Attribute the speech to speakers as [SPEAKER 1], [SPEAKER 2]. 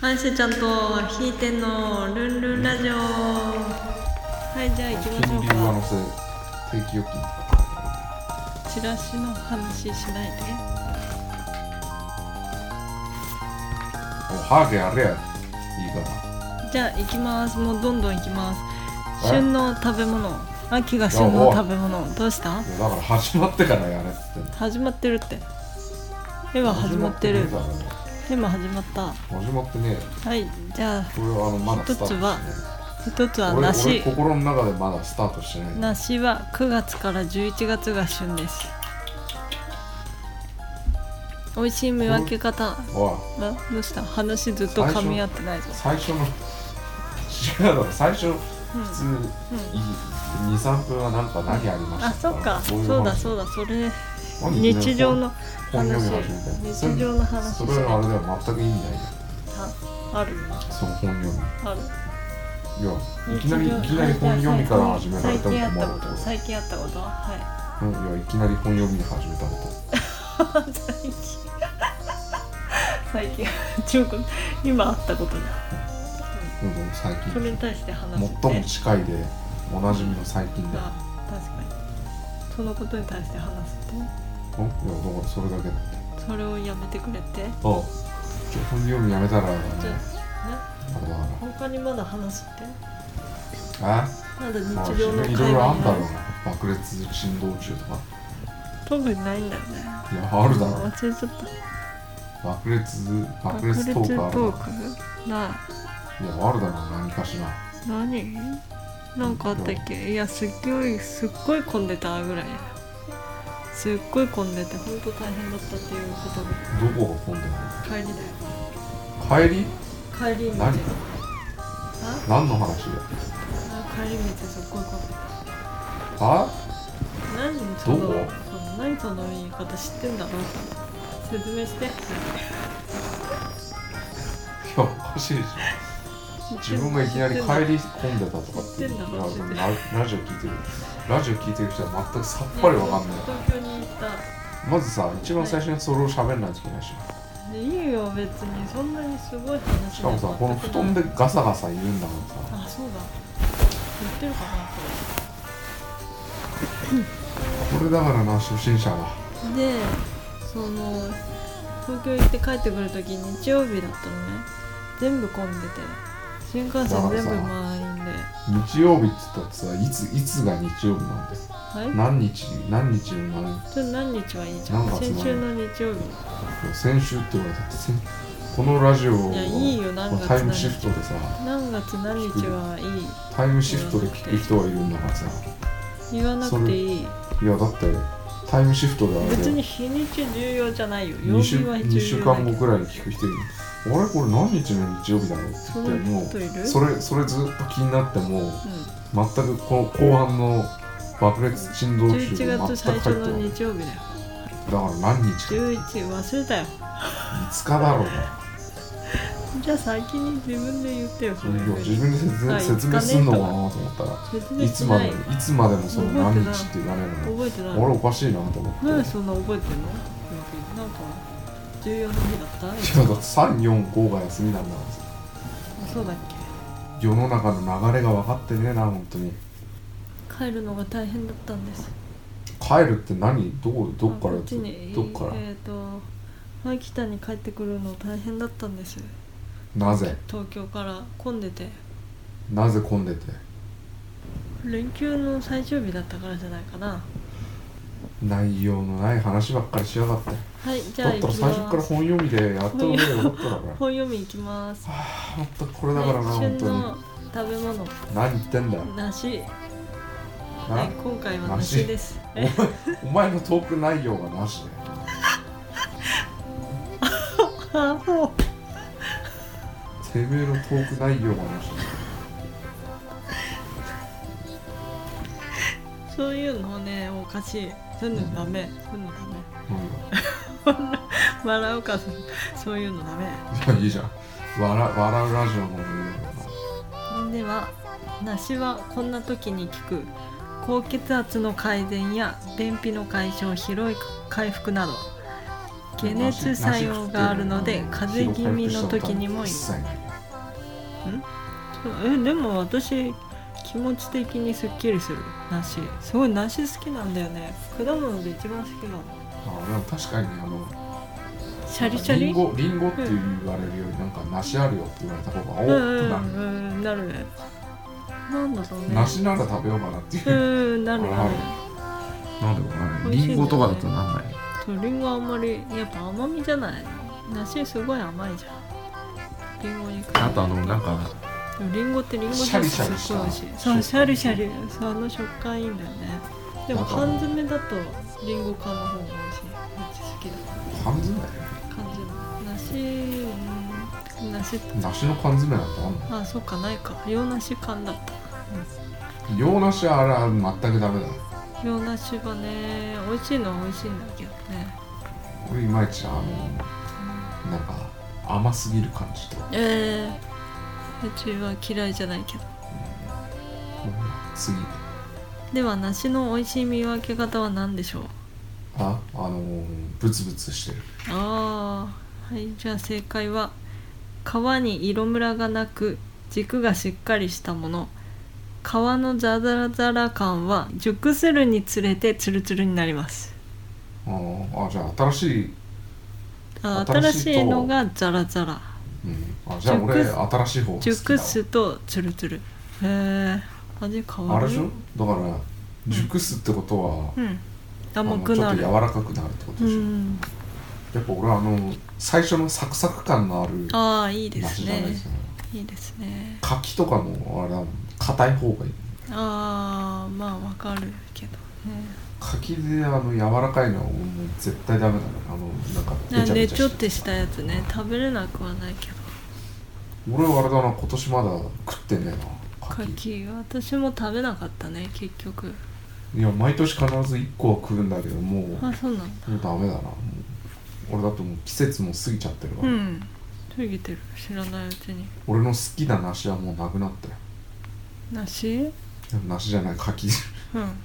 [SPEAKER 1] アンシェちゃんと弾いてんのルンルンラジオはいじゃあ行きましょ
[SPEAKER 2] 金
[SPEAKER 1] う
[SPEAKER 2] 利上
[SPEAKER 1] か
[SPEAKER 2] 乗せ定期預金
[SPEAKER 1] チラシの話しないで
[SPEAKER 2] Ojalá que arrea. Y como.
[SPEAKER 1] じゃあ行きますもうどんどん行きます旬の食べ物秋が旬の食べ物どうした
[SPEAKER 2] だから始まってからやれっつってんの
[SPEAKER 1] 始まってるって今始まってる
[SPEAKER 2] 始まってね
[SPEAKER 1] 今始まった
[SPEAKER 2] えだろ始まってねえよ
[SPEAKER 1] はいじゃあ
[SPEAKER 2] これはあのまだスタートしてない
[SPEAKER 1] 一一つは
[SPEAKER 2] 俺俺
[SPEAKER 1] 梨
[SPEAKER 2] 心の中でまだスタートしてない
[SPEAKER 1] 梨は9月から11月が旬です美味しい見分け方
[SPEAKER 2] おい
[SPEAKER 1] あどうした話ずっと噛み合ってないぞ
[SPEAKER 2] 最初の違うだろ最初普通、い23分はなんか何ありました
[SPEAKER 1] あそっか
[SPEAKER 2] い
[SPEAKER 1] そうだそう
[SPEAKER 2] だ
[SPEAKER 1] だそれ
[SPEAKER 2] 何いきなり
[SPEAKER 1] 日常の
[SPEAKER 2] 本読
[SPEAKER 1] 話
[SPEAKER 2] み始めたよ
[SPEAKER 1] 日常の話
[SPEAKER 2] それそれはあれだよ全く意味ないよ
[SPEAKER 1] あある
[SPEAKER 2] その本読み
[SPEAKER 1] ある
[SPEAKER 2] いやいきなりいきなり本読みから始められた
[SPEAKER 1] 最
[SPEAKER 2] の
[SPEAKER 1] 近あった
[SPEAKER 2] 困
[SPEAKER 1] こ
[SPEAKER 2] る
[SPEAKER 1] と最近あったことは
[SPEAKER 2] うんいやいきなり本読みに始めたのと
[SPEAKER 1] い最近最近 中国今あったことだ
[SPEAKER 2] うんうん最近
[SPEAKER 1] それに対して話す
[SPEAKER 2] 最も近いでおなじみの最近だよ
[SPEAKER 1] あ確かにそのことに対して話すって
[SPEAKER 2] うんいやだからそれだけだって
[SPEAKER 1] それをやめてくれて
[SPEAKER 2] ああじゃあ本読みやめたらね
[SPEAKER 1] ちょっ
[SPEAKER 2] あれだか
[SPEAKER 1] とね他にまだ話すって
[SPEAKER 2] らえ
[SPEAKER 1] まだ
[SPEAKER 2] まあ、
[SPEAKER 1] 日
[SPEAKER 2] い
[SPEAKER 1] 常の
[SPEAKER 2] ろい
[SPEAKER 1] 会話
[SPEAKER 2] ろあんだろう
[SPEAKER 1] に
[SPEAKER 2] な爆裂振動中とか
[SPEAKER 1] 特にないんだよね
[SPEAKER 2] いやあるだろう
[SPEAKER 1] 忘れちゃった
[SPEAKER 2] 爆裂爆
[SPEAKER 1] 爆裂
[SPEAKER 2] 裂ト
[SPEAKER 1] ト
[SPEAKER 2] ークあるだろ
[SPEAKER 1] ークない
[SPEAKER 2] いやあるだろう何かしら
[SPEAKER 1] 何なんかあったっけいやすっごいすっごい混んでたぐらいすっごい混んでて本当大変だったっていうことで
[SPEAKER 2] どこが混んでな
[SPEAKER 1] 帰り
[SPEAKER 2] い
[SPEAKER 1] だ
[SPEAKER 2] 帰り
[SPEAKER 1] よ帰り道
[SPEAKER 2] 何
[SPEAKER 1] あ
[SPEAKER 2] 何の話だよ
[SPEAKER 1] あ帰り道すっごい混んでた
[SPEAKER 2] あ
[SPEAKER 1] 何その
[SPEAKER 2] どう
[SPEAKER 1] その何その言い方知ってんだろう説明して
[SPEAKER 2] いやおかしいでしょ自分がいきなり帰り込んでたとかっ
[SPEAKER 1] 知
[SPEAKER 2] て
[SPEAKER 1] ってんだろ
[SPEAKER 2] いやでもララジオ聞いてるラジオ聞いてる人は全くさっぱりわかんない
[SPEAKER 1] 東京に行った
[SPEAKER 2] まずさ一番最初にそれを喋んないといけないし
[SPEAKER 1] いいよ別にそんなにすごい話
[SPEAKER 2] しかもさこの布団
[SPEAKER 1] で
[SPEAKER 2] でガサガサ言うんだからさ
[SPEAKER 1] あそうだ言ってるかなこれ
[SPEAKER 2] これだからな初心者は
[SPEAKER 1] でその東京行って帰ってくる時日曜日だったのね全部混んでて新幹線全部満員で
[SPEAKER 2] 日曜日っつったってさいついつが日曜日なんだよ
[SPEAKER 1] はい
[SPEAKER 2] 何日何日の何
[SPEAKER 1] それ何日はいいじゃ
[SPEAKER 2] なん
[SPEAKER 1] ん
[SPEAKER 2] かつま
[SPEAKER 1] 先
[SPEAKER 2] んない
[SPEAKER 1] 週の日曜日
[SPEAKER 2] 先週って言われたって先このラジオを
[SPEAKER 1] いやいいよ何月
[SPEAKER 2] タイ
[SPEAKER 1] 何
[SPEAKER 2] ムシ
[SPEAKER 1] 日
[SPEAKER 2] フトでさ
[SPEAKER 1] 何月何日はい
[SPEAKER 2] タイムシフトで聞く人がいるんだからさ
[SPEAKER 1] い言わなくていい
[SPEAKER 2] いやだってタイムシフトであれ
[SPEAKER 1] 別に
[SPEAKER 2] で
[SPEAKER 1] 日にち重要じゃないよ曜
[SPEAKER 2] 2週
[SPEAKER 1] 日は重
[SPEAKER 2] 2週
[SPEAKER 1] 要だ
[SPEAKER 2] 間
[SPEAKER 1] け
[SPEAKER 2] 後
[SPEAKER 1] ど
[SPEAKER 2] くらいに聞く人いるあれこれ何日の日曜日だろうって
[SPEAKER 1] そ
[SPEAKER 2] 言
[SPEAKER 1] ん
[SPEAKER 2] って
[SPEAKER 1] な
[SPEAKER 2] も
[SPEAKER 1] 人
[SPEAKER 2] う
[SPEAKER 1] いる
[SPEAKER 2] それそれずっと気になってもう全くこの後半の爆裂振
[SPEAKER 1] う
[SPEAKER 2] 動
[SPEAKER 1] ん、
[SPEAKER 2] 中で
[SPEAKER 1] 11
[SPEAKER 2] 全く
[SPEAKER 1] 月最
[SPEAKER 2] 入ってこ
[SPEAKER 1] 初
[SPEAKER 2] な
[SPEAKER 1] の
[SPEAKER 2] い
[SPEAKER 1] 日曜日だよ
[SPEAKER 2] だから何日か
[SPEAKER 1] 11忘れたよ
[SPEAKER 2] 5日だろうが
[SPEAKER 1] じゃあ先に自分で言ってよそれ
[SPEAKER 2] いや自分で説明
[SPEAKER 1] あ
[SPEAKER 2] 説明すんのかなと思ったら
[SPEAKER 1] 説明
[SPEAKER 2] いつ
[SPEAKER 1] し
[SPEAKER 2] ま
[SPEAKER 1] な
[SPEAKER 2] で
[SPEAKER 1] い
[SPEAKER 2] もいつまでもその何日って言われるの
[SPEAKER 1] 覚えてない
[SPEAKER 2] 俺おかしいなと思ってい
[SPEAKER 1] なん
[SPEAKER 2] や
[SPEAKER 1] でそんな覚えてんのなんか重要な日だった
[SPEAKER 2] だって345が休みなんだからさ
[SPEAKER 1] そうだっ
[SPEAKER 2] 世の中の流れが分かってねえな本当に
[SPEAKER 1] け帰るのが大変だったんです
[SPEAKER 2] 帰るって何どこどっから
[SPEAKER 1] あこっちに
[SPEAKER 2] どっから
[SPEAKER 1] えっ、と秋田に帰ってくるの大変だったんです
[SPEAKER 2] なぜ
[SPEAKER 1] 東京から混んでて
[SPEAKER 2] なぜ混んでて
[SPEAKER 1] 連休の最終日だったからじゃないかな
[SPEAKER 2] 内容のない話ばっかりしやがって
[SPEAKER 1] はいじゃ
[SPEAKER 2] だ
[SPEAKER 1] あ
[SPEAKER 2] っ
[SPEAKER 1] 行
[SPEAKER 2] たら
[SPEAKER 1] き
[SPEAKER 2] 最初から
[SPEAKER 1] ま
[SPEAKER 2] 本
[SPEAKER 1] す
[SPEAKER 2] 読みでやっと上でよかっただから
[SPEAKER 1] 本読み行きます
[SPEAKER 2] 本当これだからな
[SPEAKER 1] はい
[SPEAKER 2] 本
[SPEAKER 1] 旬
[SPEAKER 2] 当に
[SPEAKER 1] の食べ物
[SPEAKER 2] 何言ってんだよ
[SPEAKER 1] 梨は
[SPEAKER 2] ない
[SPEAKER 1] 今回は梨です
[SPEAKER 2] お前お前のトーク内容がなしで
[SPEAKER 1] あもう
[SPEAKER 2] てめえのトーク内容がなし
[SPEAKER 1] そういうのねおかしいそういうのダメそういうのダメ
[SPEAKER 2] で
[SPEAKER 1] 笑うかそういうのダメ
[SPEAKER 2] いやいいじゃん笑笑うラジオの方がいいだろ
[SPEAKER 1] では梨はこんな時に効く高血圧の改善や便秘の解消疲労回復など解熱作用があるので風邪気味の時にもいいえでも私気持ち的にすっきりする梨すごい梨好きなんだよね果物で一番好きなの
[SPEAKER 2] あでも確かにねあの
[SPEAKER 1] シャリシャリ
[SPEAKER 2] リンゴリンゴって言われるよりなんか梨あるよって言われた方がお
[SPEAKER 1] うん
[SPEAKER 2] ーってなる
[SPEAKER 1] うんうんなるねなんだろうね
[SPEAKER 2] 梨なら食べようかなっていううん
[SPEAKER 1] なるなる
[SPEAKER 2] なんだろう
[SPEAKER 1] 美
[SPEAKER 2] な
[SPEAKER 1] 味しいん
[SPEAKER 3] リ
[SPEAKER 1] だよね
[SPEAKER 3] ンゴとかだとなんない
[SPEAKER 1] そうリンゴあんまりやっぱ甘みじゃない梨すごい甘いじゃんリンゴに比べて
[SPEAKER 3] あとあのなんか
[SPEAKER 1] でもリンゴってリンゴジュースすっごい美味しい
[SPEAKER 2] シ
[SPEAKER 1] そ
[SPEAKER 2] ャ
[SPEAKER 1] う
[SPEAKER 2] リ
[SPEAKER 1] シ
[SPEAKER 2] シ
[SPEAKER 1] ャ
[SPEAKER 2] ャ
[SPEAKER 1] リシ
[SPEAKER 2] リシ
[SPEAKER 1] ャ
[SPEAKER 2] ャ
[SPEAKER 1] リそうあの食感いいんだよねでも
[SPEAKER 2] なんか
[SPEAKER 1] 缶詰だとリンゴ缶の方が美味しいめっちゃ好きだ
[SPEAKER 2] 缶詰だよ
[SPEAKER 1] 缶詰梨うん梨
[SPEAKER 2] 梨の缶詰なんてあんの
[SPEAKER 1] あそっかないか洋梨缶だった
[SPEAKER 2] 洋梨はあれは全くダメだ
[SPEAKER 1] 洋梨はね美味しいのは美味しいんだけどね
[SPEAKER 2] 俺いまいちあのなんか甘すぎる感じと
[SPEAKER 1] ええうちは嫌いじゃないけど
[SPEAKER 2] 次
[SPEAKER 1] では梨の美味しい見分け方は何でしょう
[SPEAKER 2] ああのー、ブツブツしてる
[SPEAKER 1] ああはいじゃあ正解は皮に色ムラがなく軸がしっかりしたもの皮のザラザラ感は熟するにつれてツルツルになります
[SPEAKER 2] あーあじゃあ新しい、
[SPEAKER 1] あ新
[SPEAKER 2] 新
[SPEAKER 1] し
[SPEAKER 2] しいと
[SPEAKER 1] いのがザラザラ
[SPEAKER 2] うん、あじゃあ俺
[SPEAKER 1] 熟
[SPEAKER 2] 新しい方が好きだ
[SPEAKER 1] 熟
[SPEAKER 2] わ
[SPEAKER 1] すとツルツルへえ味変わ
[SPEAKER 2] あ
[SPEAKER 1] る
[SPEAKER 2] れでしょだから熟すってことは、
[SPEAKER 1] うん
[SPEAKER 2] あの
[SPEAKER 1] 甘く
[SPEAKER 2] ちょ
[SPEAKER 1] な
[SPEAKER 2] っと柔
[SPEAKER 1] る
[SPEAKER 2] らかくなるってこと
[SPEAKER 1] う
[SPEAKER 2] でしょ、
[SPEAKER 1] ん
[SPEAKER 2] やっぱ俺はあの最初のサクサク感のある
[SPEAKER 1] ああいいです
[SPEAKER 2] 梨じゃ
[SPEAKER 1] ね
[SPEAKER 2] ないですね
[SPEAKER 1] いいですね
[SPEAKER 2] 柿とかもあれだもん硬い方がいい
[SPEAKER 1] ああまあわかるけどね
[SPEAKER 2] 柿であの柔らかいのはもう絶対ダメだねあのなんかべちゃ
[SPEAKER 1] ね
[SPEAKER 2] べ
[SPEAKER 1] ち
[SPEAKER 2] ち
[SPEAKER 1] ょ
[SPEAKER 2] ゃ
[SPEAKER 1] っ
[SPEAKER 2] して
[SPEAKER 1] としたやつね食べれなくはないけど
[SPEAKER 2] 俺はあれだな今年まだ食ってねえな柿
[SPEAKER 1] 柿私も食べなかったね結局
[SPEAKER 2] いや毎年必ず1個は食うんだけどもうも
[SPEAKER 1] あ
[SPEAKER 2] う
[SPEAKER 1] そうなんだ
[SPEAKER 2] ダメだなもう俺だともう季節も過ぎちゃってるわ、
[SPEAKER 1] うん過ぎてる知らないうちに
[SPEAKER 2] 俺の好きな梨はもうなくなったよ
[SPEAKER 1] 梨うん
[SPEAKER 2] 梨じゃない柿
[SPEAKER 1] うん